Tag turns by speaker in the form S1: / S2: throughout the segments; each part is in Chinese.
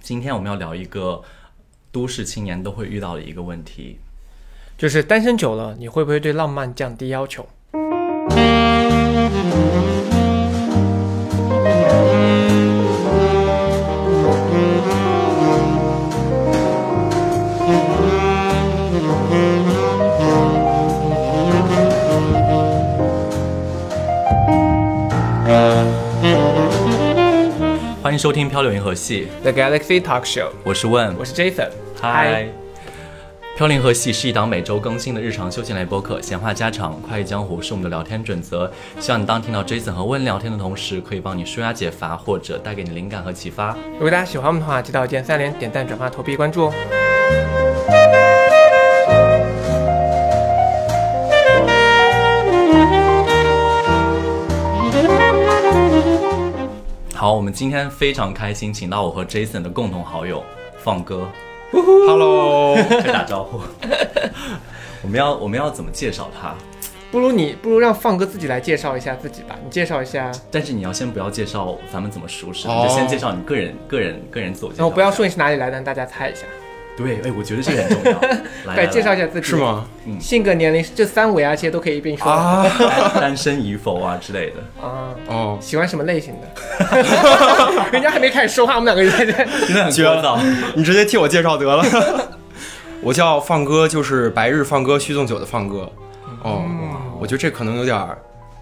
S1: 今天我们要聊一个都市青年都会遇到的一个问题。
S2: 就是单身久了，你会不会对浪漫降低要求？
S1: 欢迎收听《漂流银河系》，
S2: The Galaxy Talk Show，
S1: 我是问
S2: 我，是 Jason。
S1: 嗨。飘零河系是一档每周更新的日常休闲类播客，闲话家常、快意江湖是我们的聊天准则。希望你当听到 Jason 和温聊天的同时，可以帮你舒压解乏，或者带给你灵感和启发。
S2: 如果大家喜欢我们的话，记得要键三连、点赞、转发、投币、关注哦。
S1: 好，我们今天非常开心，请到我和 Jason 的共同好友放哥
S3: Hello，
S1: 来打招呼。我们要我们要怎么介绍他？
S2: 不如你，不如让放哥自己来介绍一下自己吧。你介绍一下，
S1: 但是你要先不要介绍咱们怎么熟识，
S3: 哦
S1: 你就先介绍你个人个人个人自我介
S2: 然
S1: 绍。
S2: 哦后不要说你是哪里来的，让大家猜一下。
S1: 对，哎，我觉得这个很 重要。来来
S2: 对，
S1: 来，
S2: 介绍一下自己。
S3: 是？吗？嗯
S2: 性格、年龄，这三围啊，这些都可以一并说。啊、
S3: 啊，
S1: 单 单身与否啊之类的。
S3: 哦，
S2: 喜欢什么类型的？ 人家还没开始说话，我们两个人在这。
S1: 真的很
S3: 绝
S1: 枯
S3: 了
S1: 燥。
S3: 你直接替我介绍 得了。我叫放歌，就是白日放歌、须纵酒的放歌。
S2: 嗯
S3: 哦，我觉得这可能有点儿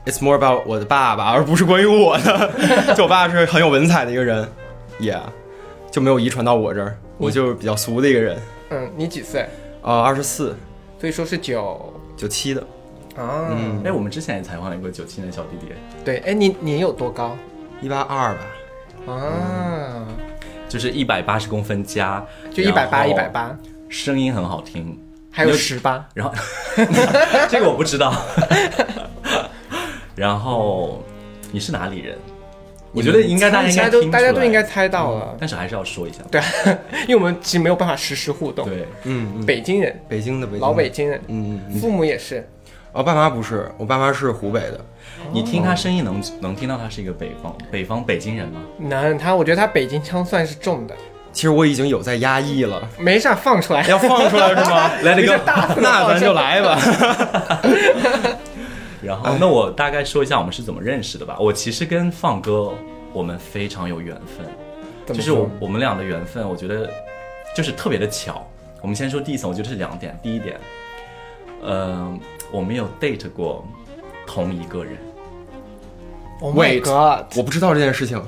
S3: ，it's more about 我的爸爸，而不是关于我 的。就我爸是很有文采的一个人，yeah，就没有遗传到我这儿，我就是比较俗的一个人。
S2: 嗯，你几岁？
S3: 呃，二十四，
S2: 所以说是九
S3: 九七的，
S2: 啊。
S3: 嗯
S1: 哎，我们之前也采访了一个九七年小弟弟，
S2: 对，哎，你你有多高
S3: 一八二吧。嗯
S2: 啊？
S1: 就是一百八十公分加，
S2: 就一百八，一
S1: 然
S2: 百
S1: 后
S2: 八，
S1: 声音很好听。
S2: 还有十八。
S1: 然 后这个我不知道。然后你是哪里人？我觉得应该大家应
S2: 大
S1: 该
S2: 家都
S1: 听
S2: 大家
S1: 出
S2: 都
S1: 来嗯
S2: 应该，猜到了，
S1: 但是还是要说一下。
S2: 对，啊因为我们其实没有办法实时互动。，
S1: 对，
S3: 嗯，嗯
S2: 北京人，
S3: 北京的北京的
S2: 老北。京人，
S3: 嗯，嗯嗯
S2: 父母也是，
S3: 我爸妈不是，我爸妈是湖北的。
S1: 你听他声音能能听到他是一个北方北方北京人吗？
S2: 能他，我觉得他北京腔算是重的，
S3: 其实我已经有在压抑了，
S2: 没事儿放出来。
S3: 要放出来是吗？
S1: 来了
S2: 你
S1: 一
S2: 这
S1: 哎个，
S2: 大肆地
S3: 那
S2: 放
S3: 咱
S2: 出
S3: 就来吧。
S1: 然后那我大概说一下我们是怎么认识的吧。我其实跟放哥我们非常有缘分，
S2: 怎
S1: 就
S2: 么
S1: 是我
S2: 说？
S1: 我们俩的缘分，我觉得就是特别的巧。我们先说第一层，我觉得是两点。第一点，呃，我们有 date 过同一个人，
S2: Oh my
S3: Wait
S2: god！
S3: 我不知道这件事情。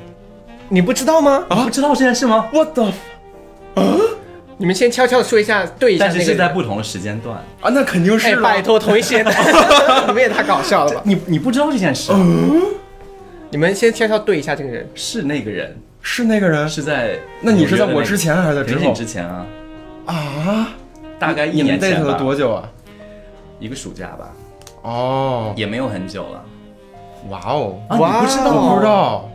S2: 你不知道吗？
S1: 啊，不知道这件事吗？
S3: What the
S2: 你们先悄悄的说一下，对一下
S1: 但
S2: 那
S1: 是
S2: 个
S1: 是
S2: 人。
S1: 在不同的时间段，
S3: 啊？那肯定
S2: 哎
S3: 是，了。
S2: 拜托，同一时间段，你们也太搞笑了吧！
S1: 你你不知道这件事，
S2: 你们先悄悄对一下这个人，
S1: 是那个人
S3: 是那个人
S1: 是在，
S3: 那你是在我之前还是在之
S1: 肯
S3: 后
S1: 定之前啊，
S3: 啊？
S1: 大概一
S3: 你
S1: 年
S3: 们 date
S1: 前
S3: 了
S1: 吧，
S3: 多久啊？
S1: 一个暑假吧，
S3: 哦，
S1: 也没有很久了。
S3: 哇哦，
S1: 啊，
S2: 哇
S1: 你不知道？
S3: 我不知。道，哦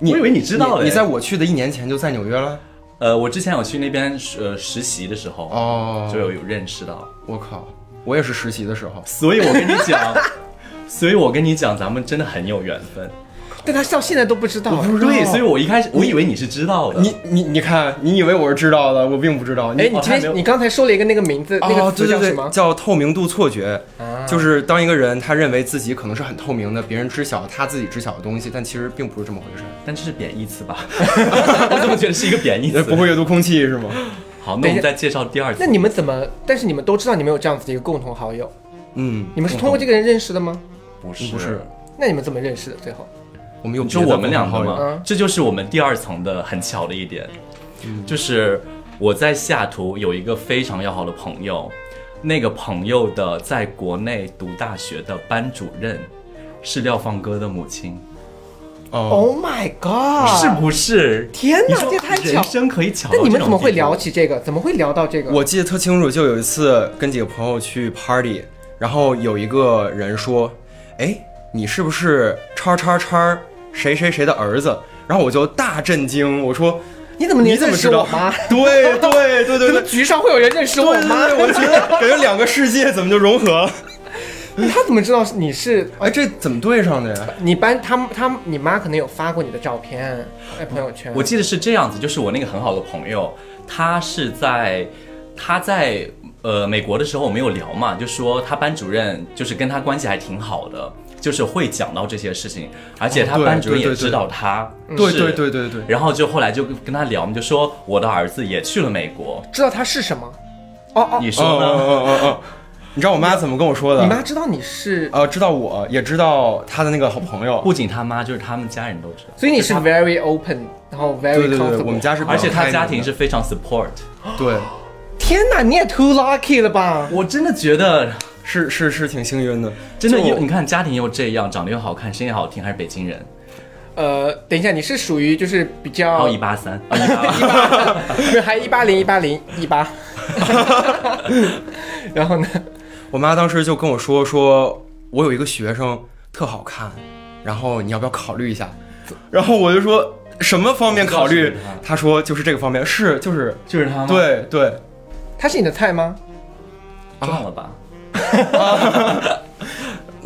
S3: 你
S1: 我以为你知道嘞哎
S3: 你在我去的一年前就在纽约了。
S1: 呃，我之前有去那边呃实习的时候，
S3: 哦
S1: 就有有认识到。
S3: 我靠，我也是实习的时候。
S1: 所以我跟你 讲，所以我跟你讲，咱们真的很有缘分。
S2: 但他到现在都不知道。
S1: 对，所以我一开始我以为你是知道的，
S3: 你你你看，你以为我是知道的，我并不知道。
S2: 哎，
S3: 你
S2: 你
S1: 哦
S2: 今
S1: 他还没有
S2: 天你刚才说了一个那个名字，那
S3: 哦
S2: 个，
S3: 对
S2: 词
S3: 对
S2: 叫什
S3: 对，
S2: 么？
S3: 叫透明度错觉，
S2: 啊
S3: 就是当一个人他认为自己可能是很透明的，别人知晓他自己知晓的东西，但其实并不是这么回事。
S1: 但这是贬义词吧？ 我怎么觉得是一个贬义
S3: 你
S1: 词？
S3: 呃不会。阅读空气是吗？
S1: 好，那
S2: 等
S1: 我
S2: 一下
S1: 们再介绍第二
S2: 那
S1: 次。
S2: 你们怎么？但是你们都知道你们有这样子的一个共同好友，
S3: 嗯，
S2: 你们是通过这个人认识的吗？
S1: 不
S3: 不是，
S2: 那你们怎么认识的？最后
S3: 我们有
S1: 就
S3: 别的
S1: 我们两个
S3: 朋友
S1: 嘛，
S2: 嗯
S1: 这就是我们第二层的很巧的一点，嗯就是我在西雅图有一个非常要好的朋友，那个朋友的在国内读大学的班主任是廖放哥的母亲，
S3: 哦，
S2: ，Oh my god！
S1: 是不是？
S2: 天
S1: 你
S2: 哪，
S1: 说
S2: 这太巧
S1: 人！生可以巧到这种地
S2: 那
S1: 步。
S2: 你们怎么会聊起这个？怎么会聊到这个？
S3: 我记得特清楚，就有一次跟几个朋友去 party，然后有一个人说：“哎，你是不是叉叉叉谁谁谁的儿子？”然后我就大震惊，我说
S2: 你怎：“么
S3: 你
S2: 连
S3: 怎么
S2: 认识
S3: 知
S2: 我
S3: 道
S2: 妈？？
S3: 对对对对
S2: 怎么
S3: 对。
S2: 局上会有人认识
S3: 对
S2: 我
S3: 对
S2: 妈？
S3: 对，我觉得感觉两个世界怎么就融合了？
S2: 他怎么知道是你是
S3: 哎，这怎么对上的呀？
S2: 你班？他他你妈可能有发过你的照片在朋友圈。
S1: 我记得是这样子，就是我那个很好的朋友，他是在他在呃美国的时候，我们有聊嘛，就说他班主任就是跟他关系还挺好的，就是会讲到这些事情，而且他
S3: 哦对
S1: 班主任
S3: 对
S1: 也
S3: 对对
S1: 知道他，
S3: 对
S1: 是
S3: 对对对对，
S1: 然后就后来就跟他聊，我们就说我的儿子也去了美国，
S2: 知道他是什么？哦哦，
S1: 你
S2: 你
S1: 说呢？
S3: 哦哦哦哦哦，你知道我妈怎么跟我说的？
S2: 妈知道你是，
S3: 呃，知道我也知道她的那个好朋友。
S1: 不仅他妈，就是他们家人都知道，
S2: 所以你是 very open，然后
S3: 对
S2: very
S3: 对
S2: comfortable。
S3: 对，我们家是比较
S1: 而且他
S3: 开
S1: 家
S3: 明
S1: 庭
S3: 的
S1: 是非常 support。
S3: 对，
S2: 天哪，你也 too lucky 了吧？
S1: 我真的觉得，
S3: 是是是挺幸运的，
S1: 真的又
S3: 有
S1: 你看家庭又这样，长得又好看，声音好听，还是北京人，
S2: 呃，等一下，你是属于就是比
S1: 然
S2: 较
S1: 后一八 三，啊188
S2: 没有，还一八零一八零 一八。然后呢？
S3: 我妈当时就跟我说，说我有一个学生特好看，然后你要不要考虑一下？然后我就说什么方面考
S1: 我不
S3: 虑
S1: 知道是不是？
S3: 她说就是这个方面，是就是
S1: 就是他吗？，
S3: 对对，
S2: 他是你的菜吗？
S1: 撞了吧？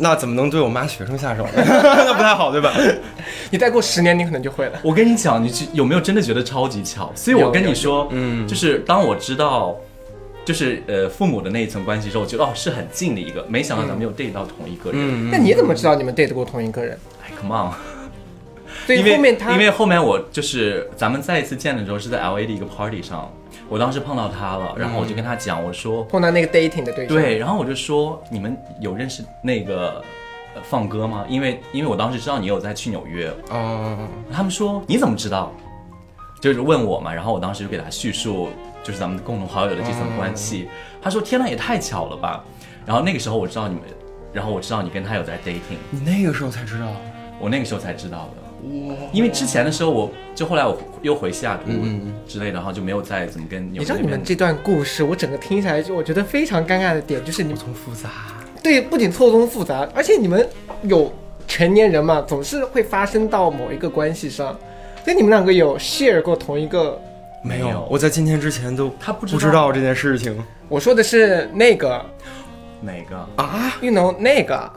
S3: 那怎么能对我妈学生下手呢？ 那不太好，对吧？
S1: 嗯
S2: 你再过十年，你可能就会了。
S1: 我跟你讲，你去有没有真的觉得超级巧？所以我跟你说，
S3: 嗯
S1: 就是当我知道，就是呃父母的那一层关系之后，我觉得哦是很近的一个，没想到咱们又 date 到同一个人。
S3: 嗯，
S2: 那你怎么知道你们 date 过同一个人？
S1: 哎，come on！
S2: 所以
S1: 因为
S2: 后面他
S1: 因为后面我就是咱们再一次见的时候是在 L A 的一个 party 上，我当时碰到他了，然后我就跟他讲，我说
S2: 碰到那个 dating 的对象，
S1: 对，然后我就说你们有认识那个呃放歌吗？因为因为我当时知道你有在去纽约，
S3: 哦，
S1: 他们说你怎么知道？就是问我嘛，然后我当时就给他叙述，就是咱们共同好友的这层关系。他说天呐，也太巧了吧！然后那个时候我知道你们，然后我知道你跟他有在 dating，
S3: 你那个时候才知道，
S1: 我那个时候才知道的。因为之前的时候我就后来我又回西雅图之类的，然后就没有再怎么跟纽
S2: 你
S1: 约
S2: 知道
S1: 那
S2: 你们
S1: 边。
S2: 这段故事，我整个听下来就我觉得非常尴尬的点就是你们
S3: 从复杂。
S2: 对不仅错综复杂，而且你们有成年人嘛，总是会发生到某一个关系上，所以你们两个有 share 过同一个。
S3: 没
S1: 没有
S3: 有，我在今天之前都
S1: 他不知
S3: 不知
S1: 道
S3: 道这件事情。
S2: 我说的是那个
S1: 哪个
S2: ，you know 那个，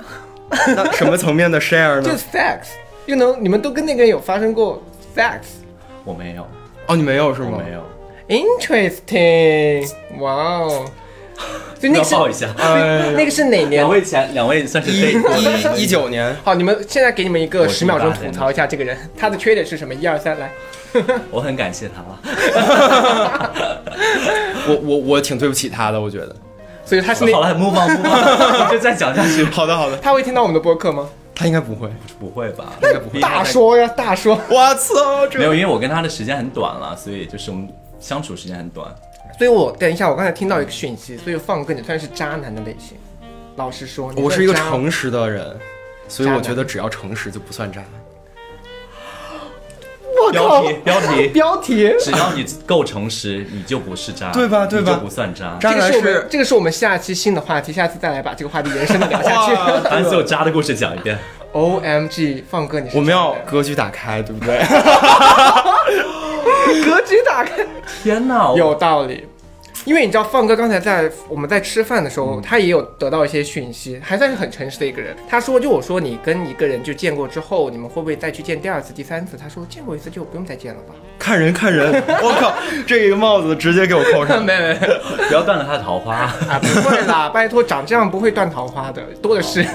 S3: 那什么层面的 share
S2: 就
S3: 呢？
S2: sex，you know 你们都跟那个人有发生过 sex，interesting，
S1: 我没有，
S3: 哦，你没有是
S1: 我
S3: 吗？
S1: 没有，
S2: 哇哦，所以那
S1: 要
S2: 个是
S1: 抱一下。
S3: 哎，
S2: 那个是哪年
S1: 两？位前 两位算是 date 过的
S3: 一一一九年，
S2: 好，你们现在给你们一
S1: 我
S2: 个
S1: 是
S2: 十秒钟
S1: 18
S2: 吐槽一下这个人，他的缺点是什么？一二三，来，
S1: 我很感谢他了。
S3: 我我我挺对不起他的，我觉 得。
S2: 所以他是
S1: 好
S2: 那
S1: 了，move on move on，就再讲下去
S3: 好的好的，
S2: 他会听到我们的播客吗？
S3: 他应该不会。
S1: 不会吧？
S3: 应该不会
S2: 大说呀，大说。
S3: 我操，
S1: 没有，因为我跟他的时间很短了，所以就是我们相处时间很短。
S2: 所以我等一下，我刚才听到一个讯息，所以放歌你算是渣男的类型。老实说，你
S3: 我是一个
S2: 算渣
S3: 诚实的人，所以
S2: 渣
S3: 我
S2: 男
S3: 觉得只要诚实就不算渣。
S2: 我
S1: 标
S2: 靠，
S1: 题标题，
S2: 标题，
S1: 只要你够诚实，你就不是渣，
S3: 对吧对吧
S1: 你就不算渣。
S3: 渣
S2: 这个
S3: 男
S2: 是我
S3: 是
S2: 们这个是我们下期新的话题，下次再来把这个话题延伸的聊下去。
S1: 把所有渣的故事讲一遍。
S2: O M G，放歌你是
S3: 我们要
S2: 渣男
S3: 格局打开，对不对？
S2: 格局打开，
S1: 天哪，
S2: 有道理。因为你知道，放哥刚才在我们在吃饭的时候，他也有得到一些讯息，还算是很诚实的一个人。他说，就我说你跟一个人就见过之后，你们会不会再去见第二次、第三次？他说见过一次就不用再见了吧。
S3: 看人看人， 我靠，这个帽子直接给我扣上。
S2: 没没没
S1: 不要断了他的桃花。
S2: 啊，不会啦， 拜托，长这样不会断桃花的，多的是。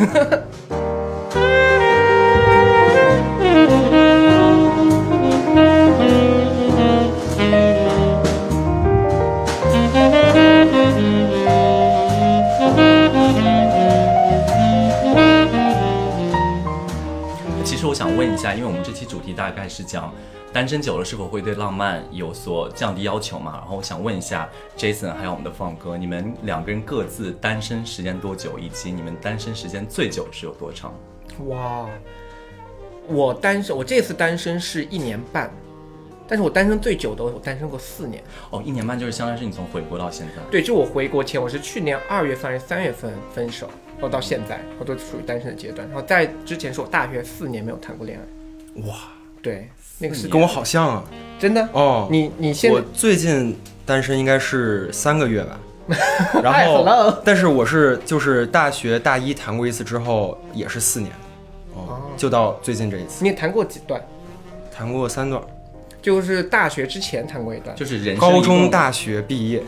S1: 其实我想问一下，因为我们这期主题大概是讲单身久了是否会对浪漫有所降低要求嘛？然后我想问一下 Jason 还有我们的放哥，你们两个人各自单身时间多久，以及你们单身时间最久是有多长？
S2: 哇，我单身，我这次单身是一年半，但是我单身最久的，我单身过四年。
S1: 哦，一年半就是相当于是你从回国到现在。
S2: 对，就我回国前，我是去年二月份还是三月份分手，然后到现在我都属于单身的阶段。然后在之前是我大学四年没有谈过恋爱，
S3: 哇，
S2: 对，那个是
S3: 跟我好像啊。
S2: 真的。
S3: 哦，
S2: 你你现
S3: 我最近单身应该是三个月吧？然
S2: Hi,
S3: 后
S2: hello，
S3: 但是我是就是大学大一谈过一次之后，也是四年，
S2: 哦
S3: 哦，就到最近这一次
S2: 你谈过几段？
S3: 谈过三段，
S2: 就是大学之前谈过一段。
S1: 就是人生
S3: 高
S1: 一
S3: 中、
S1: 共
S3: 大学毕业，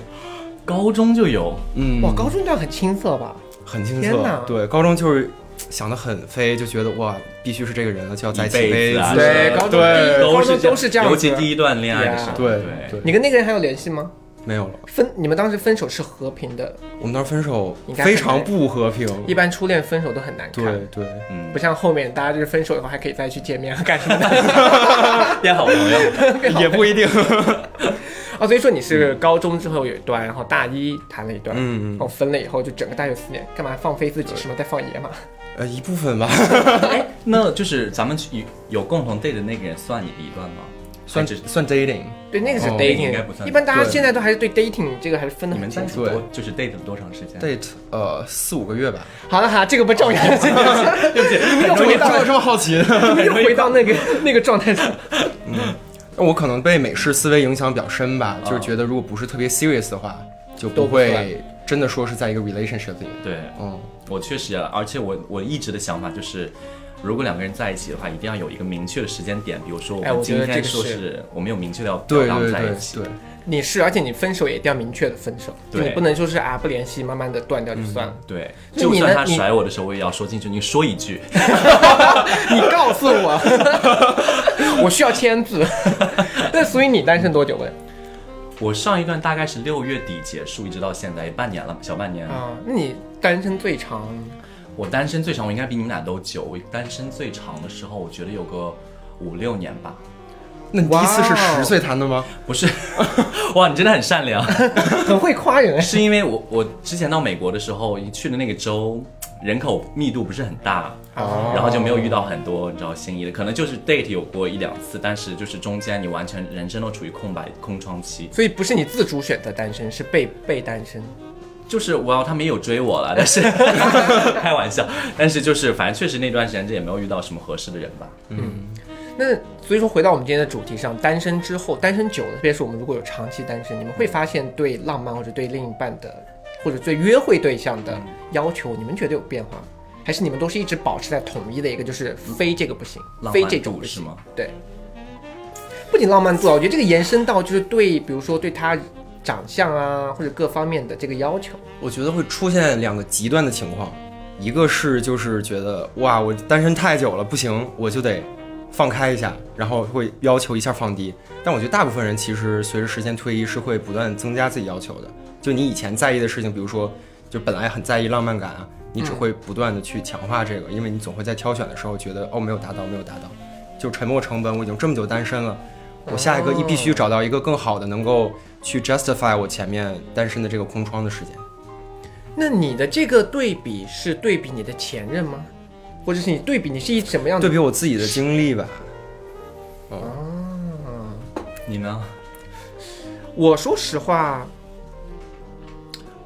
S1: 高中就有，
S3: 嗯，
S2: 哇，高中段很青涩吧？
S3: 很青
S2: 天
S3: 涩
S2: 哪，
S3: 对，高中就是想的很飞，就觉得哇，必须是这个人了，就要在一起
S1: 一辈子啊
S3: 子
S2: 对
S1: 是
S2: 高中
S3: 对，
S2: 高中
S1: 都
S2: 都是这样
S1: 尤
S2: 子
S1: 其第一段恋爱的时候，
S3: 对
S1: 对
S3: 对，
S2: 你跟那个人还有联系吗？
S3: 没有了。
S2: 分你们当时分手是和平的，
S3: 我们当时分手
S2: 应该很
S3: 非常不和平，
S2: 一般初恋分手都很难看
S3: 对。对，
S1: 嗯
S2: 不，像后面大家就是分手以后还可以再去见面啊，干什么的
S1: 变好朋友，
S3: 也不 一定。
S2: 哦，所以说你是
S1: 嗯
S2: 高中之后有一段，然后大一谈了一段，
S3: 嗯
S2: 然后分了以后就整个大学四年，干嘛放飞自己是吗？在放野马？
S1: 哦
S3: 呃，一部分吧，
S1: 哎，那就是咱们有有共同 date 的那个人算你一段吗？
S3: 算
S1: 只是
S3: 算 dating。
S2: 对，那个是
S3: 哦
S2: dating，、
S1: 应该不算
S2: 一般大家
S3: 对
S2: 现在都还是对 dating 这个还是分的
S1: 你
S2: 很
S1: 们
S2: 清
S1: 在一
S2: 楚。
S1: 起多就是 date 了多长时间？，
S3: date 呃四五个月吧。
S2: 好了好了，这个不重要，这个
S1: 哦 对 不起，
S2: 又回到
S3: 哎这么好奇的？
S2: 又回到那个那个状态上。
S3: 我可能被美式思维影响比较深吧，
S1: 啊
S3: 就是觉得如果不是特别 serious 的话，就
S2: 都
S3: 不
S2: 不算
S3: 会真的说是在一个 relationship 里。
S1: 对
S3: 嗯，
S1: 我确实，啊而且我我一直的想法就是。如果两个人在一起的话，一定要有一个明确的时间点，比如说我
S2: 哎
S1: 们
S2: 我
S1: 今
S2: 觉得
S1: 天
S2: 这个
S1: 说
S2: 是
S1: 是我们有明确的要表
S3: 对
S1: 达我们
S3: 对
S1: 在
S3: 对
S1: 一起，
S3: 对，
S2: 你是，而且你分手也一定要明确的分手，就
S1: 对
S2: 你不能说是啊不联系，慢慢的断掉就算了。
S1: 对，
S2: 那
S1: 就
S2: 你
S1: 算
S2: 呢
S1: 他
S2: 你
S1: 甩我的时候，我也要说进去。你说一句，嗯
S2: 你告诉我， 我需要签字。 那所以你单身多久问？
S1: 我上一段大概是六月底结束，一直到现在也半年了，小半年。
S2: 啊，那你单身最长
S1: 我单身最长，我应该比你们俩都久。我单身最长的时候，我觉得有个五六年吧。
S3: 那你第一次是
S2: 哇哦
S3: 十岁谈的吗？
S1: 不是， 哇，你真的很善良。
S2: 很会夸人，
S1: 是因为我我之前到美国的时候，一去的那个州人口密度不是很大，
S2: 哦
S1: 然后就没有遇到很多你知道心仪的，可能就是 date 有过一两次，但是就是中间你完全人生都处于空白空窗期。
S2: 所以不是你自主选择单身，是被被单身。
S1: 就是我要他们也有追我了，但 是开玩笑，但是就是反正确实那段时间这也没有遇到什么合适的人吧。
S2: 那所以说，回到我们今天的主题上，单身之后，单身久了，特别是我们如果有长期单身，你们会发现对浪漫或者对另一半的，或者对约会对象的要求，你们觉得有变化吗？还是你们都是一直保持在统一的一个，就是非这个不行，
S1: 浪
S2: 非
S1: 漫
S2: 这种
S1: 度
S2: 不
S1: 是
S2: 行
S1: 吗？
S2: 对，不仅浪漫度啊，我觉得这个延伸到就是对，比如说对他长相啊，或者各方面的这个要求，
S3: 我觉得会出现两个极端的情况，一个是就是觉得哇，我单身太久了，不行，我就得放开一下，然后会要求一下放低。但我觉得大部分人其实随着时间推移是会不断增加自己要求的。就你以前在意的事情，比如说就本来很在意浪漫感啊，你只会不断的去强化这个，因为你总会在挑选的时候觉得哦没有达到，没有达到，就沉没成本。我已经这么久单身了。我下一个一必须找到一个更好的，能够去 justify 我前面单身的这个空窗的时间。
S2: 那你的这个对比是对比你的前任吗？或者是你对比你是以什么样的
S3: 对比我自己的经历吧，
S1: 你呢？
S2: 我说实话，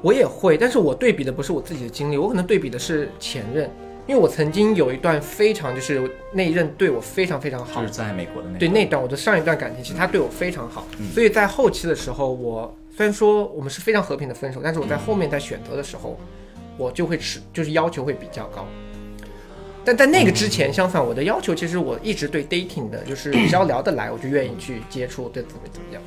S2: 我也会，但是我对比的不是我自己的经历，我可能对比的是前任，因为我曾经有一段非常就是那一任对我非常非常好
S1: 就是，在美国的那
S3: 哎
S2: 对
S1: 个
S2: 那段我的上一段感情，其实他对我非常好，
S3: 嗯
S2: 所以在后期的时候，我虽然说我们是非常和平的分手，但是我在后面在选择的时候，我就会持就是要求会比较高。但在那个之
S3: 嗯
S2: 前，相反，我的要求其实我一直对 dating 的，就是只要聊得来，我就愿意去接触，对怎么怎么样，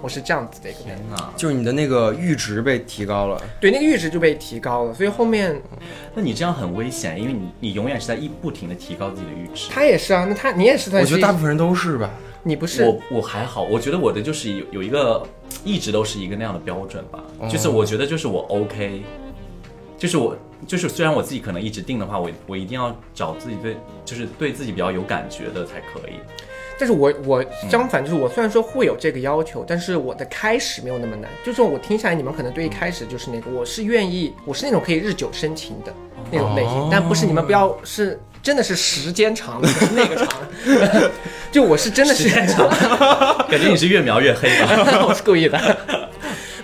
S2: 我是这样子的一个人。
S1: 天啊哪！
S3: 就是你的那个阈值被提高了。
S2: 对，那个阈值就被提高了，所以后面
S3: 嗯
S1: 那你这样很危险，因为你你永远是在一不停的提高自己的阈值。
S2: 他也是啊，那他你也是在，
S3: 我觉得大部分人都是吧，
S2: 你不是
S1: 我我还好，我觉得我的就是有有一个一直都是一个那样的标准吧，就是我觉得就是我 OK，就是我就是虽然我自己可能一直定的话，我我一定要找自己对就是对自己比较有感觉的才可以。
S2: 但是我我相反，就是我虽然说会有这个要求，但是我的开始没有那么难。就是我听下来，你们可能对一开始就是那个，我是愿意，我是那种可以日久生情的那种类型，
S3: 哦
S2: 但不是你们不要是真的是时间长了，不是那个长， 就我是真的是长，
S1: 感觉你是越描越黑吧？
S2: 我是故意的。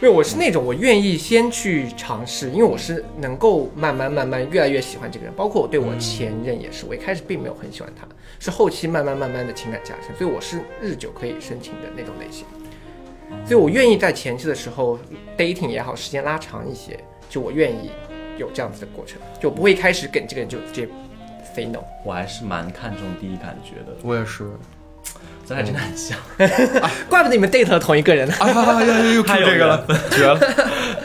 S2: 因为我是那种我愿意先去尝试，因为我是能够慢慢慢慢越来越喜欢这个人，包括我对我前任也是，我一开始并没有很喜欢他，是后期慢慢慢慢的情感加深，所以我是日久可以生情的那种类型。所以我愿意在前期的时候 dating 也好，时间拉长一些，就我愿意有这样子的过程，就不会一开始跟这个人就直接 say no。
S1: 我还是蛮看重第一感觉的，
S3: 我也是。
S1: 咱俩真的很像。
S2: 怪不得你们 date 了同一个人呢。
S3: 啊，又又 Q
S1: 太有
S3: 这个了，绝了。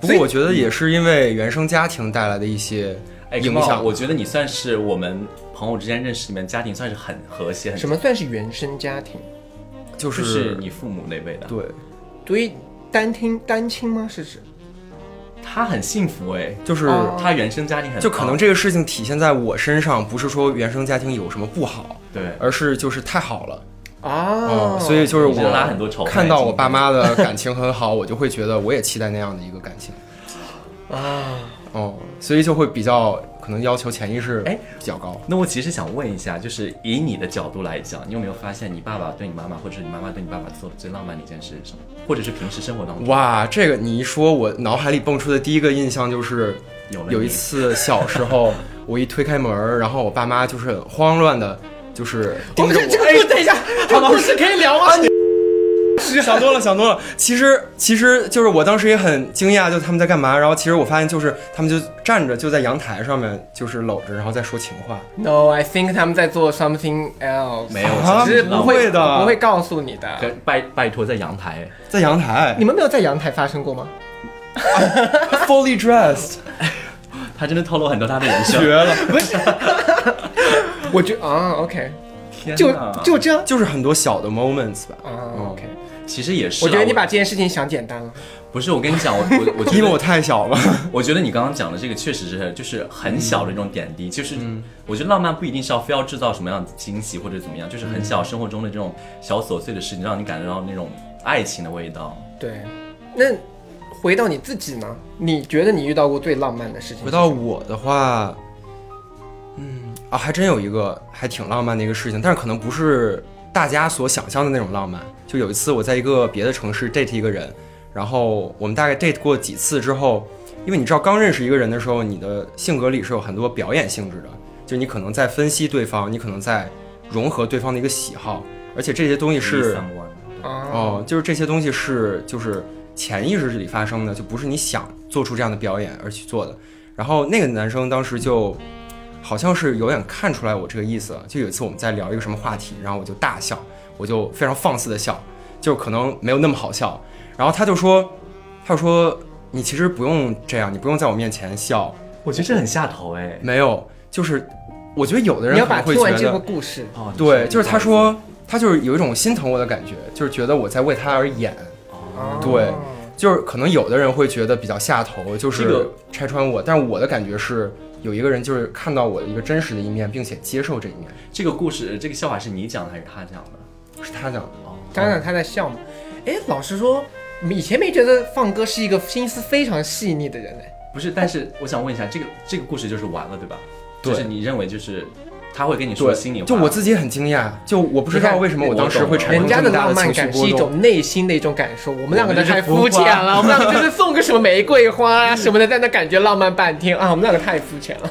S3: 不
S2: 所
S3: 过
S2: 以
S3: 我觉得也是因为原生家庭带来的一些
S1: 哎，
S3: 影
S1: 康
S3: 响。
S1: 宝我觉得你算是我们朋友之间认识，你们家庭算是很和谐，很
S2: 什么算是原生家庭？
S3: 就、
S1: 就是是你父母那辈的，
S3: 对，
S2: 对于单亲单亲吗？是指
S1: 他很幸福哎，
S3: 就是、
S2: 哦
S1: 他原生家庭很
S3: 就可能
S1: 棒
S3: 这个事情体现在我身上，不是说原生家庭有什么不好，
S1: 对，
S3: 而是就是太好了。
S2: 啊、
S3: 嗯，所以就是
S1: 你真的拉很
S3: 我
S1: 多仇，
S3: 看到我爸妈的 感情很好，我就会觉得我也期待那样的一个感情。
S2: 啊，
S3: 哦，所以就会比较可能要求潜意识
S1: 哎
S3: 比较高。
S1: 那我其实想问一下，就是以你的角度来讲，你有没有发现你爸爸对你妈妈，或者是你妈妈对你爸爸做的最浪漫的一件事是什么？或者是平时生活当中
S3: 哇，这个你一说，我脑海里蹦出的第一个印象就是
S1: 有了
S3: 有一
S1: 你
S3: 次小时 候，我一推开门儿，然后我爸妈就是很慌乱的，就是
S2: 我
S3: 盯着
S2: 们这
S3: 我。
S2: 个故等一 下，啊这个故事可以聊吗？
S3: 想多了，想多了。其实，其实就是我当时也很惊讶，就他们在干嘛。然后，其实我发现就是他们就站着，就在阳台上面，就是搂着，然后再说情话。
S2: No，I think 他们在做 something else，
S1: 没有
S3: 啊
S2: 只是
S1: 不
S3: 会的
S2: 不会告诉你的。
S1: 跟拜拜托在阳台，
S3: 在阳台
S2: 你们没有在阳台发生过吗？
S3: ，fully dressed，
S1: 他真的透露很多他的人生。
S3: 绝了！
S2: 我觉啊，OK，
S1: 天
S2: 就
S1: 哪
S2: 就这
S3: 就是很多小的 moments 吧。
S2: 啊，OK。
S1: 其实也是啊，
S2: 我觉得你把这件事情想简单了。
S1: 不是我跟你讲，我我 我觉得
S3: 因为我太小了，
S1: 我觉得你刚刚讲的这个确实是，就是很小的这种点滴，就是我觉得浪漫不一定是要非要制造什么样的惊喜或者怎么样，就是很小生活中的这种小琐碎的事情，让你感觉到那种爱情的味道。
S2: 对，那回到你自己呢？你觉得你遇到过最浪漫的事情是
S3: 回
S2: 什
S3: 到
S2: 么？
S3: 我的话，嗯啊，还真有一个还挺浪漫的一个事情，但是可能不是大家所想象的那种浪漫。就有一次我在一个别的城市 date 一个人，然后我们大概 date 过几次之后，因为你知道刚认识一个人的时候，你的性格里是有很多表演性质的，就你可能在分析对方，你可能在融合对方的一个喜好，而且这些东西是
S1: 三观，
S2: 啊，
S3: 哦，就是这些东西是就是潜意识里发生的，就不是你想做出这样的表演而去做的。然后那个男生当时就好像是有点看出来我这个意思了，就有一次我们在聊一个什么话题，然后我就大笑，我就非常放肆的笑，就可能没有那么好笑。然后他就说，他就说你其实不用这样，你不用在我面前笑，
S1: 我觉得这很下头哎。
S3: 没有，就是我觉得有的人
S2: 你要
S3: 可
S2: 把
S3: 能会
S2: 听完
S3: 觉
S2: 这个
S3: 得。
S2: 故事，
S1: 哦，
S3: 对，就是他，说，他就是有一种心疼我的感觉，就是觉得我在为他而演，
S2: 啊
S1: 哦
S3: 对就是可能有的人会觉得比较下头，就
S1: 这
S3: 是
S1: 个
S3: 拆穿我，但我的感觉是有一个人就是看到我的一个真实的一面，并且接受这一面，
S1: 这个故事，这个笑话是你讲的还是他讲的？
S3: 是他讲的。
S1: 哦，
S2: 当然他在笑嘛。哎，老实说，以前没觉得放哥是一个心思非常细腻的人嘞。
S1: 不是，但是我想问一下，这个这个故事就是完了对吧？
S3: 对
S1: 就是你认为就是他会跟你说
S3: 对
S1: 心里，话，
S3: 就我自己很惊讶，就我不知
S2: 你
S3: 道
S2: 看
S3: 为什么我当时会产
S2: 人
S3: 生这
S2: 家
S3: 么
S2: 的
S3: 大
S2: 浪漫
S3: 情绪
S2: 感是
S3: 波
S2: 一
S3: 动。
S2: 种内心的一种感受，我们两个
S1: 我们
S2: 人
S1: 这
S2: 太
S1: 是
S2: 肤
S1: 浮
S2: 浅
S1: 夸
S2: 了，我们两个就是送个什么玫瑰花啊什么的，在那感觉浪漫半天啊，我们两个太肤浅了。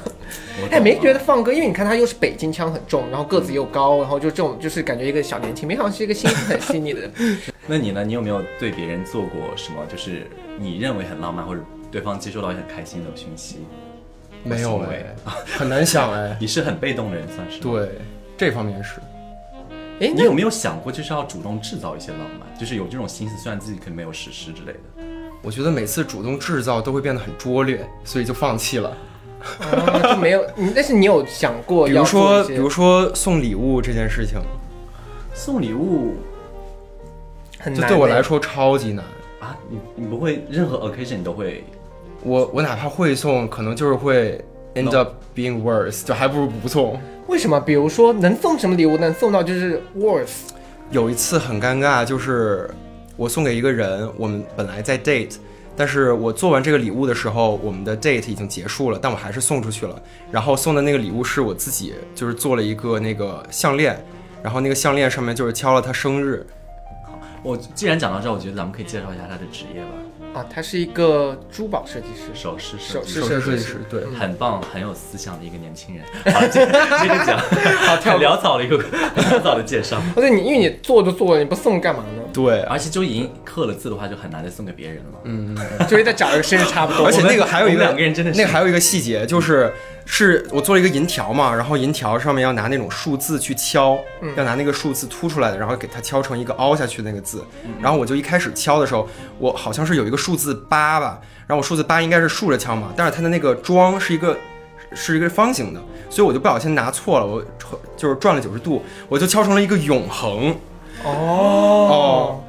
S1: 我懂
S2: 哎，没
S1: 了
S2: 觉得放歌，因为你看他又是北京腔很重，然后个子又高，然后就这种就是感觉一个小年轻，没想到是一个心思很细腻的 人。
S1: 那你呢？你有没有对别人做过什么，就是你认为很浪漫，或者对方接收到也很开心的讯息？
S3: 没有
S1: 行为
S3: 哎，很难想哎。
S1: 你是很被动的人，算是。。
S3: 对，这方面是
S2: 哎，
S1: 你
S2: 那
S1: 有没有想过，就是要主动制造一些浪漫，就是有这种心思，虽然自己可能没有实施之类的。
S3: 我觉得每次主动制造都会变得很拙劣，所以就放弃了。
S2: 啊就没有，你但是你有想过
S3: 比
S2: 要
S3: 如
S2: 做
S3: 说，
S2: 一些
S3: 比如说送礼物这件事情，
S1: 送礼物
S2: 很
S3: 就
S2: 难
S3: 对我
S2: 的
S3: 来说超级难。
S1: 啊，你你不会任何 occasion 你都会
S3: 我我哪怕会送，可能就是会 end
S1: No
S3: up being worse，就还不如不送。
S2: 为什么？比如说能送什么礼物能送到就是 worth
S3: 有一次很尴尬，就是我送给一个人，我们本来在 date，但是我做完这个礼物的时候，我们的 date 已经结束了，但我还是送出去了。然后送的那个礼物是我自己，就是做了一个那个项链，然后那个项链上面就是敲了他生日，
S1: 我既然讲到这儿，我觉得咱们可以介绍一下他的职业吧，
S2: 啊，他是一个珠宝设计师，哦
S1: 首饰设
S2: 首
S1: 计
S2: 饰
S1: 师。
S3: 首饰设
S2: 设
S3: 计
S2: 计
S3: 师嗯
S2: 师，
S3: 对，
S1: 很棒，很有思想的一个年轻人。好，接接着讲，好， 很潦草的一个很潦草的介绍，
S2: 不是你，因为你做就做了，你不送干嘛呢？
S3: 对，
S1: 而且就已经刻了字的话，就很难再送给别人了。嗯，
S2: 就是再找一个身上差不多
S3: 而。且那个还有一
S1: 我
S3: 个
S1: 们两个人真的是
S3: 那个还有一个细节，就是是我做了一个银条嘛，然后银条上面要拿那种数字去敲，
S1: 嗯
S3: 要拿那个数字凸出来的，然后给它敲成一个凹下去的那个字。
S1: 嗯
S3: 然后我就一开始敲的时候，我好像是有一个数字八吧，然后我数字八应该是竖着敲嘛，但是它的那个桩是一个。是一个方形的，所以我就不小心拿错了，我就是转了九十度，我就敲成了一个永恒。
S2: 哦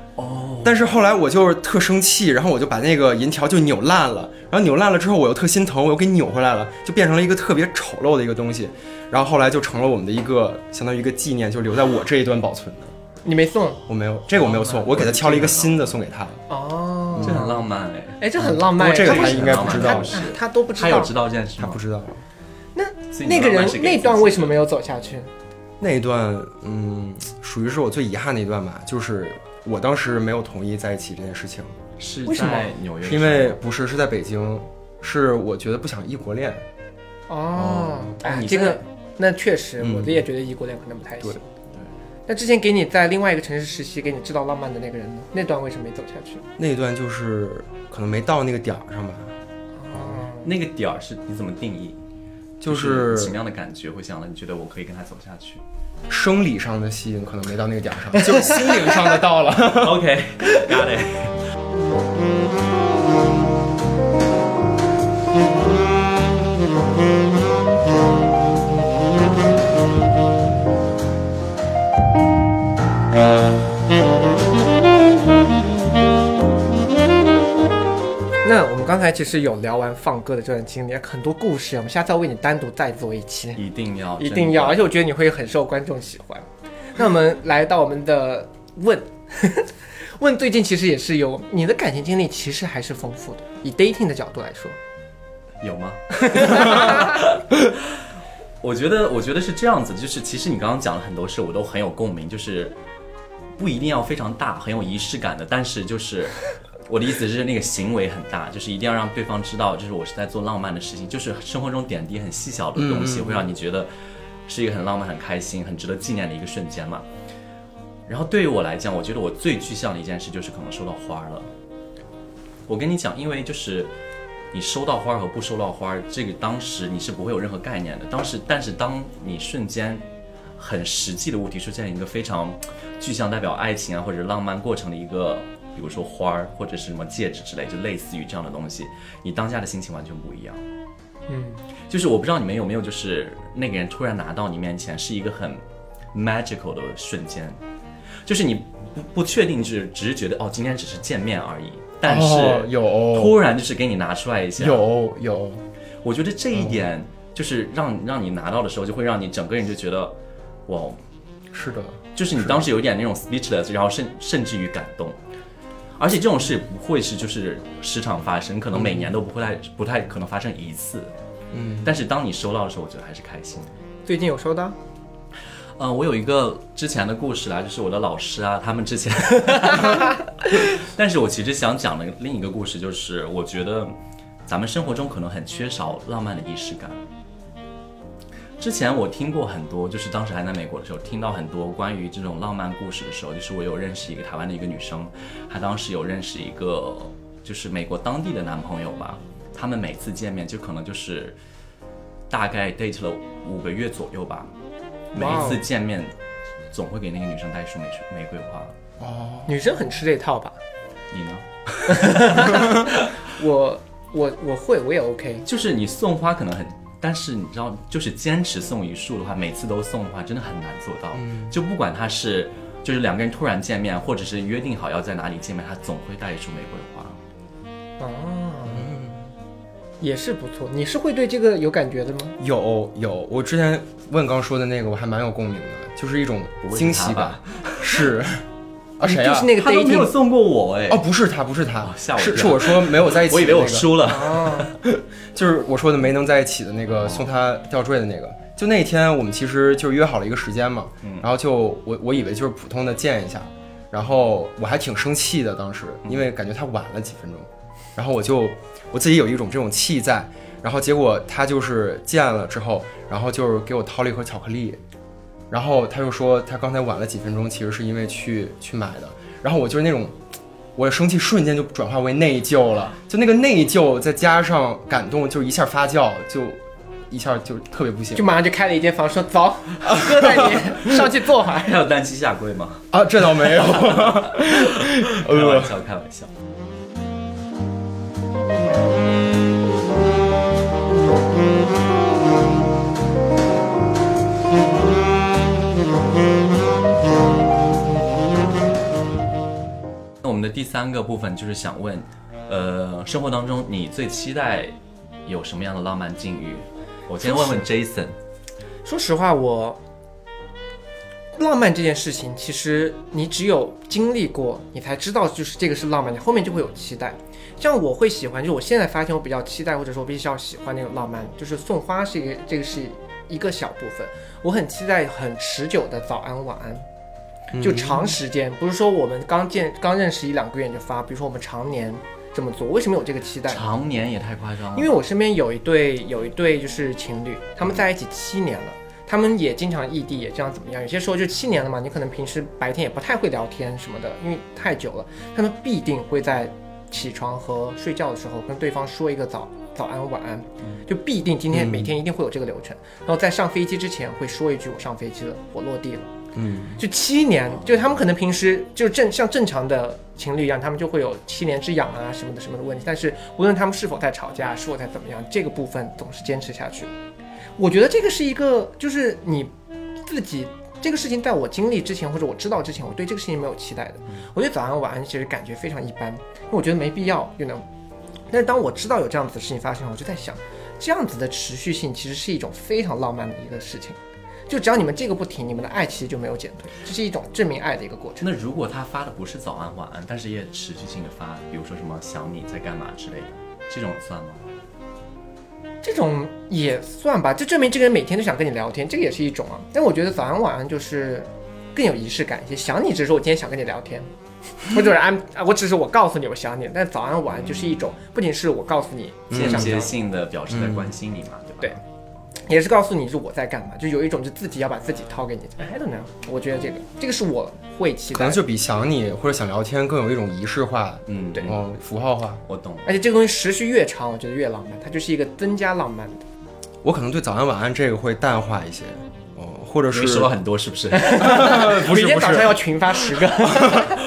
S3: 但是后来我就是特生气，然后我就把那个银条就扭烂了，然后扭烂了之后我又特心疼，我又给扭回来了，就变成了一个特别丑陋的一个东西，然后后来就成了我们的一个相当于一个纪念，就留在我这一段保存的。
S2: 你没送
S3: 我没有这个我没有送，我给他敲了一个新的送给他。
S2: 哦，
S1: 这很浪漫哎。
S2: 哎，这很浪漫
S3: 不过
S2: 哎。
S3: 这个
S2: 他
S3: 他应该不知道
S2: 他
S1: 是
S2: 他他都不知
S1: 他有
S2: 道
S1: 知。道这件事
S3: 他
S1: 吗？
S3: 不知道
S2: 那
S1: 所以你
S2: 那个
S1: 慢慢
S2: 人
S1: 是给
S2: 那
S1: 自
S2: 段
S1: 己
S2: 为什么没有走下去？
S3: 那一段，嗯，属于是我最遗憾的一段吧，就是我当时没有同意在一起这件事情，
S1: 是
S2: 为什么
S1: 在纽约的时候，
S3: 是因为不是是在北京，是我觉得不想异国恋。
S2: 哦，哎
S1: 你，
S2: 这
S1: 在
S2: 个那确实，
S3: 嗯
S2: 我的也觉得异国恋可能不太行
S3: 对。
S2: 那之前给你在另外一个城市实习，给你制造浪漫的那个人呢？那段为什么没走下去？
S3: 那一段就是可能没到那个点儿上吧，
S2: 哦，
S1: 那个点儿是你怎么定义？
S3: 就是
S1: 什么样的感觉会想让你觉得我可以跟他走下去
S3: 生理上的吸引可能没到那个点儿上， 就是心灵上的到了。
S1: ？OK，got、it。
S2: 那我们刚才其实有聊完放歌的这段经历，很多故事，我们下次要为你单独再做一期，
S1: 一定要，
S2: 一定要，而且我觉得你会很受观众喜欢。那我们来到我们的问， 问最近其实也是有你的感情经历，其实还是丰富的。以 dating 的角度来说，
S1: 真的有吗？ 我觉得，我觉得是这样子，就是其实你刚刚讲了很多事，我都很有共鸣，就是不一定要非常大，很有仪式感的，但是就是我的意思是那个行为很大，就是一定要让对方知道，就是我是在做浪漫的事情，就是生活中点滴很细小的东西，会让你觉得是一个很浪漫、很开心、很值得纪念的一个瞬间嘛。然后对于我来讲，我觉得我最具象的一件事就是可能收到花儿了。我跟你讲，因为就是你收到花儿和不收到花儿，这个当时你是不会有任何概念的。当时，但是当你瞬间很实际的物体出现一个非常具象代表爱情啊或者浪漫过程的一个，比如说花儿或者是什么戒指之类，就类似于这样的东西，你当下的心情完全不一样。
S2: 嗯，
S1: 就是我不知道你们有没有，就是那个人突然拿到你面前是一个很 magical 的瞬间，就是你不不确定，就是只是觉得哦，今天只是见面而已， 但
S3: 哦
S1: 是
S3: 有
S1: 突然就是给你拿出来一下，
S3: 有哦有，
S1: 我觉得这一点就是让让你拿到的时候，就会让你整个人就觉得哇，
S3: 是的，
S1: 就是你当时有点那种 speechless，然后甚甚至于感动。而且这种事不会是就是时常发生，可能每年都不会太不太可能发生一次。
S3: 嗯，
S1: 但是当你收到的时候，我觉得还是开心的。
S2: 最近有收到？
S1: 嗯，我有一个之前的故事啊，就是我的老师啊，他们之前，但是我其实想讲的另一个故事就是，我觉得咱们生活中可能很缺少浪漫的仪式感。之前我听过很多，就是当时还在美国的时候，听到很多关于这种浪漫故事的时候，就是我有认识一个台湾的一个女生，她当时有认识一个就是美国当地的男朋友吧，他们每次见面就可能就是大概 date 了五个月左右吧，每
S2: 哇
S1: 一
S2: 哦
S1: 次见面总会给那个女生带一束玫玫瑰花。
S2: 女生很吃这套吧？
S1: 你呢？
S2: 我我我会，我也 OK。
S1: 就是你送花可能很，但是你知道，就是坚持送一束的话，每次都送的话，真的很难做到。就不管他是就是两个人突然见面，或者是约定好要在哪里见面，他总会带一束玫瑰花。
S2: 哦，也是不错。你是会对这个有感觉的吗？
S3: 有有，我之前问刚说的那个，我还蛮有共鸣的，就是一种
S1: 不会
S3: 惊
S1: 是
S3: 喜
S1: 他吧
S3: 感。 是啊，谁呀、
S2: 就是那个
S1: 他都没有
S2: dating
S1: 送过我哎、
S3: 哦，不是他，不是他，
S1: 哦吓我一
S3: 是
S1: 跳
S3: 是我说没有在一起、
S1: 我以
S3: 那
S1: 为
S3: 个，
S1: 我输了。
S2: 哦，
S3: 就是我说的没能在一起的那
S1: 哦
S3: 个送他吊坠的那个。就
S1: 嗯
S3: 那天我们其实就是约好了一个时间嘛，然后就我我以为就是普通的见一下，然后我还挺生气的，当时因为感觉他晚了几分钟，然后我就我自己有一种这种气在，然后结果他就是见了之后，然后就是给我掏了一盒巧克力，然后他又说他刚才晚了几分钟，其实是因为去去买的，然后我就是那种。我的生气瞬间就转化为内疚了，就那个内疚再加上感动，就一下发酵，就一下就特别不行
S2: 就马上就开了一间房，说走， 哥带你上去坐会儿。
S1: 还有单膝下跪吗？
S3: 啊！这倒没有， 呃
S1: 开玩笑，开玩笑。那我们的第三个部分就是想问，呃，生活当中你最期待有什么样的浪漫境遇？我先问问 Jason，
S2: 说实话，我浪漫这件事情，其实你只有经历过，你才知道就是这个是浪漫，你后面就会有期待。像我会喜欢，就是我现在发现我比较期待，或者说我比较喜欢那种浪漫，就是送花是一个，这个是一个小部分。我很期待很持久的早安晚安，
S3: 嗯
S2: 就长时间，不是说我们刚见刚认识一两个月你就发，比如说我们常年这么做，为什么有这个期待？
S1: 常年也太夸张了，
S2: 因为我身边有一对有一对就是情侣，他们在一起七年了，他们也经常异地，也这样怎么样？有些时候就七年了嘛，你可能平时白天也不太会聊天什么的，因为太久了，他们必定会在起床和睡觉的时候跟对方说一个早早安晚安，就必定今天每天一定会有这个流程，然后在上飞机之前会说一句我上飞机了，我落地了。
S3: 嗯，
S2: 就七年，就他们可能平时就正像正常的情侣一样，他们就会有七年之痒啊什么的什么的问题。但是无论他们是否在吵架，是否在怎么样，这个部分总是坚持下去。我觉得这个是一个，就是你自己这个事情，在我经历之前或者我知道之前，我对这个事情没有期待的。我对早安晚安其实感觉非常一般，因为我觉得没必要，就能。但是当我知道有这样子的事情发生，我就在想，这样子的持续性其实是一种非常浪漫的一个事情。就只要你们这个不停，你们的爱其实就没有减退，这是一种证明爱的一个过程。
S1: 那如果他发的不是早安晚安，但是也持续性的发，比如说什么想你在干嘛之类的，这种算吗？
S2: 这种也算吧，就证明这个人每天都想跟你聊天，这个也是一种啊。但我觉得早安晚安就是更有仪式感一些。想你只是我今天想跟你聊天，或者是 I'm，啊我只是我告诉你我想你，但早安晚安就是一种，不仅是我告诉你今天
S1: 间
S2: 想
S1: 接
S3: 嗯
S2: 聊，
S1: 性的表示在关心你嘛，对
S2: 嗯对
S1: 吧？
S2: 也是告诉你是我在干嘛，就有一种就自己要把自己掏给你。I don't know，我觉得这个这个是我会期
S3: 可
S2: 待
S3: 能
S2: 的，
S3: 就比想你或者想聊天更有一种仪式化，
S1: 嗯，对，
S3: 哦，符号化。
S1: 我懂。
S2: 而且这个东西持续越长，我觉得越浪漫，它就是一个增加浪漫的。
S3: 我可能对早安晚安这个会淡化一些，哦，或者
S1: 你
S3: 是
S1: 说了很多是不 是？
S3: 不
S2: 每
S3: 是
S2: 天
S3: 不
S2: 早上要
S3: 是，
S2: 群发十个。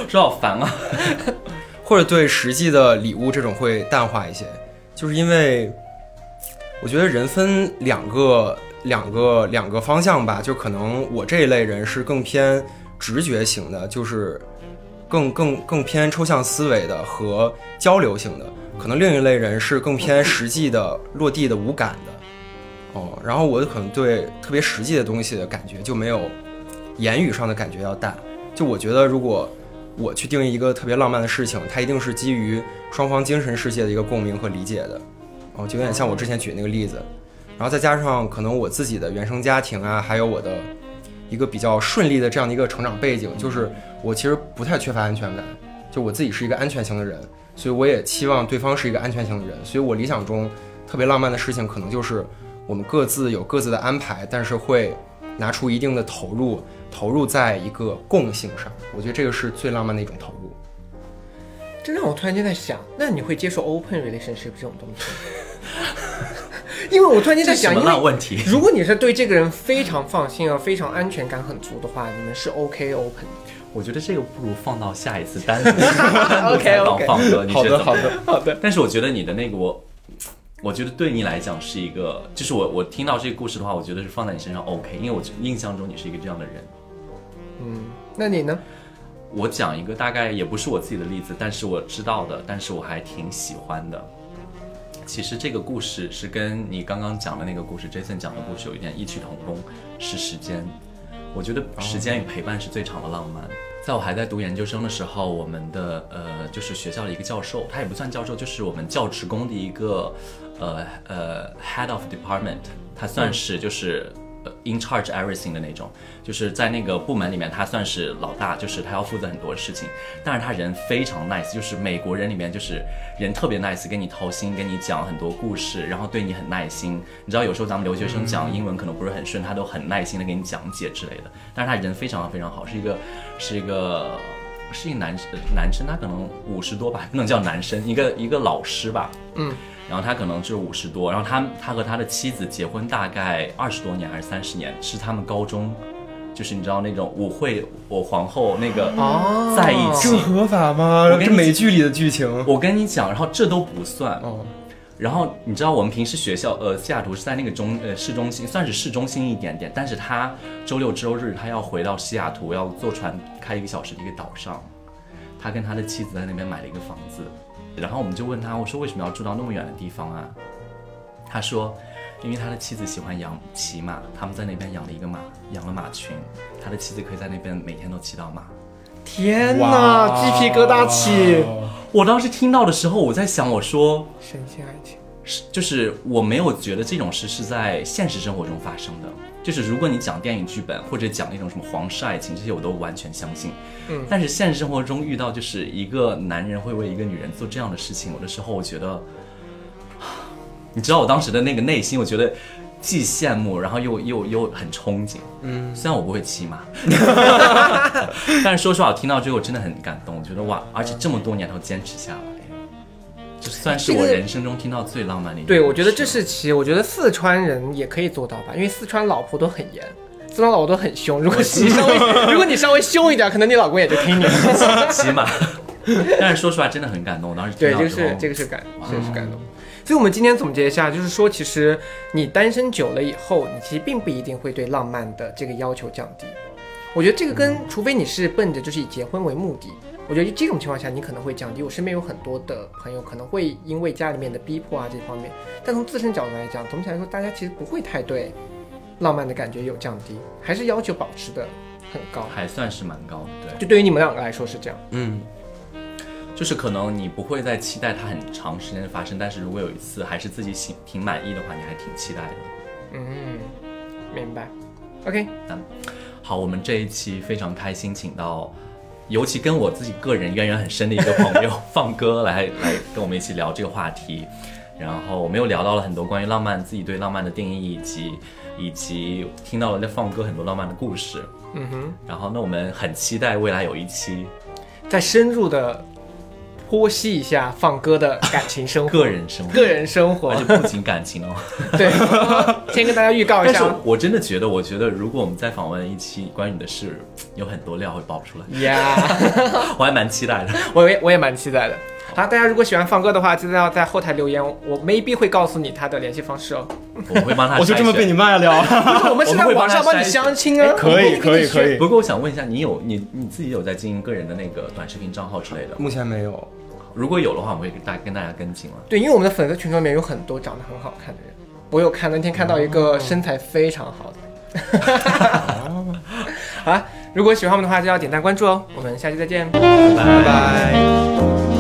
S1: 说好 烦啊！
S3: 或者对实际的礼物这种会淡化一些，就是因为我觉得人分两个两个两个方向吧，就可能我这一类人是更偏直觉型的，就是更更更偏抽象思维的和交流型的，可能另一类人是更偏实际的、落地的、无感的。哦，然后我可能对特别实际的东西的感觉就没有言语上的感觉要淡。就我觉得，如果我去定义一个特别浪漫的事情，它一定是基于双方精神世界的一个共鸣和理解的。哦，就有点像我之前举那个例子，然后再加上可能我自己的原生家庭啊，还有我的一个比较顺利的这样的一个成长背景，就是我其实不太缺乏安全感，就我自己是一个安全型的人，所以我也期望对方是一个安全型的人，所以我理想中特别浪漫的事情可能就是我们各自有各自的安排，但是会拿出一定的投入，投入在一个共性上，我觉得这个是最浪漫的一种投入。
S2: 这让我突然间在想，那你会接受 open relationship 这种东西？ 因为我突然间在
S1: 这什
S2: 想，
S1: 么
S2: 因
S1: 烂
S2: 为
S1: 问题？
S2: 如果你是对这个人非常放心啊，非常安全感很足的话，你们是 OK open 的。
S1: 我觉得这个不如放到下一次单独 单独采访
S2: OK，OK
S1: 放歌，你觉
S3: 好
S1: 得怎
S3: 的，
S1: 么样？
S3: 好的，
S2: 好的，
S1: 但是我觉得你的那个我，我觉得对你来讲是一个，就是我我听到这个故事的话，我觉得是放在你身上 OK，因为我印象中你是一个这样的人。
S2: 那你呢？
S1: 我讲一个大概也不是我自己的例子，但是我知道的，但是我还挺喜欢的。其实这个故事是跟你刚刚讲的那个故事，Jason 讲的故事有一点异曲同工，是时间。我觉得时间与陪伴是最长的浪漫。在我还在读研究生的时候，我们的呃就是学校的一个教授，他也不算教授，就是我们教职工的一个呃呃 head of department，他算是就是呃 in charge everything 的那种，就是在那个部门里面他算是老大，就是他要负责很多事情，但是他人非常 nice，就是美国人里面就是人特别 nice，跟你掏心，跟你讲很多故事，然后对你很耐心。你知道有时候咱们留学生讲英文可能不是很顺，他都很耐心的给你讲解之类的，但是他人非常非常好，是一个是一个。是一男呃男生，他可能五十多吧，不能叫男生，一个一个老师吧，嗯，然后他可能就是五十多，然后他他和他的妻子结婚大概二十多年还是三十年，是他们高中，就是你知道那种舞会我皇后那个
S2: 哦
S1: 在一
S3: 这
S1: 起，
S3: 合法吗
S1: 我？跟你
S3: 这美剧里的剧情。
S1: 我跟你讲，然后这都不算，
S3: 哦，
S1: 然后你知道我们平时学校，呃，西雅图是在那个中，呃，市中心，算是市中心一点点，但是他周六周日他要回到西雅图，要坐船开一个小时的一个岛上，他跟他的妻子在那边买了一个房子，然后我们就问他，我说为什么要住到那么远的地方啊？他说，因为他的妻子喜欢养骑马，他们在那边养了一个马，养了马群，他的妻子可以在那边每天都骑到马。
S2: 天
S3: 哇
S2: 哪，鸡皮疙瘩起，
S1: 我当时听到的时候，我在想，我说
S2: 神仙爱情。
S1: 是，就是我没有觉得这种事是在现实生活中发生的。就是如果你讲电影剧本或者讲那种什么皇室爱情这些，我都完全相信。
S2: 嗯
S1: 但是现实生活中遇到就是一个男人会为一个女人做这样的事情，有的时候我觉得，啊你知道我当时的那个内心，我觉得既羡慕，然后又又又很憧憬。嗯，虽然我不会骑马，但是说实话，我听到之后真的很感动。我觉得哇，而且这么多年都坚持下来。这算是我
S2: 这个
S1: 人生中听到最浪漫的一件
S2: 对，我觉得这
S1: 事
S2: 是其，我觉得四川人也可以做到吧，因为四川老婆都很严，四川老婆都很凶。如果你稍 微，如果你稍微凶一点，可能你老公也就听你的。
S1: 起码。 但是说实话，真的很感动。我当时听
S2: 对，
S1: 到
S2: 这个
S1: 之后
S2: 是这个是感，这个是感动。所以，我们今天总结一下，就是说，其实你单身久了以后，你其实并不一定会对浪漫的这个要求降低。我觉得这个跟，除非你是奔着就是以结婚为目的，我觉得这种情况下你可能会降低。我身边有很多的朋友可能会因为家里面的逼迫啊这方面，但从自身角度来讲，总体来说，大家其实不会太对浪漫的感觉有降低，还是要求保持的很高。
S1: 还算是蛮高的，对，
S2: 就对于你们两个来说是这样。
S3: 嗯，
S1: 就是可能你不会再期待它很长时间发生，但是如果有一次还是自己挺挺满意的话，你还挺期待的。
S2: 嗯，明白。OK，
S1: 好，我们这一期非常开心，请到。尤其跟我自己个人渊源很深的一个朋友 放歌来来跟我们一起聊这个话题，然后我们又聊到了很多关于浪漫自己对浪漫的定义，以及以及听到了那放歌很多浪漫的故事。
S2: 嗯哼。
S1: 然后那我们很期待未来有一期
S2: 再深入的剖析一下放歌的感情 生活、
S1: 个人生活，
S2: 个人生活
S1: 而。且不仅感情哦。
S2: 对，先跟大家预告一
S1: 但是
S2: 下 啊。
S1: 我真的觉得，我觉得如果我们再访问一期关于你的事，有很多料会爆出来，
S2: 呀，
S1: 我还蛮期待 的。
S2: 我也我也蛮期待的。好，大家如果喜欢放歌的话，记得要在后台留言，我 maybe 会告诉你他的联系方式 哦。
S1: 我们会帮他，
S3: 我就这么被你。卖了。
S2: 不是我们是在
S1: 我们会
S2: 网上
S1: 帮
S2: 帮
S1: 他
S2: 你
S1: 筛选
S2: 相亲啊。
S3: 可以
S2: 我们会给你
S3: 可以可以
S2: 选
S1: 不过我想问一下，你有你你自己有在经营个人的那个短视频账号之类的吗？
S3: 目前没有。
S1: 如果有的话，我们会跟大跟大家跟进了。
S2: 对，因为我们的粉丝群里面有很多长得很好看的人，我有看那天看到一个身材非常好的。
S1: 嗯
S2: 好啊，如果喜欢我们的话，就要点赞关注哦。我们下期再见。
S1: 拜
S3: 拜拜。
S2: 拜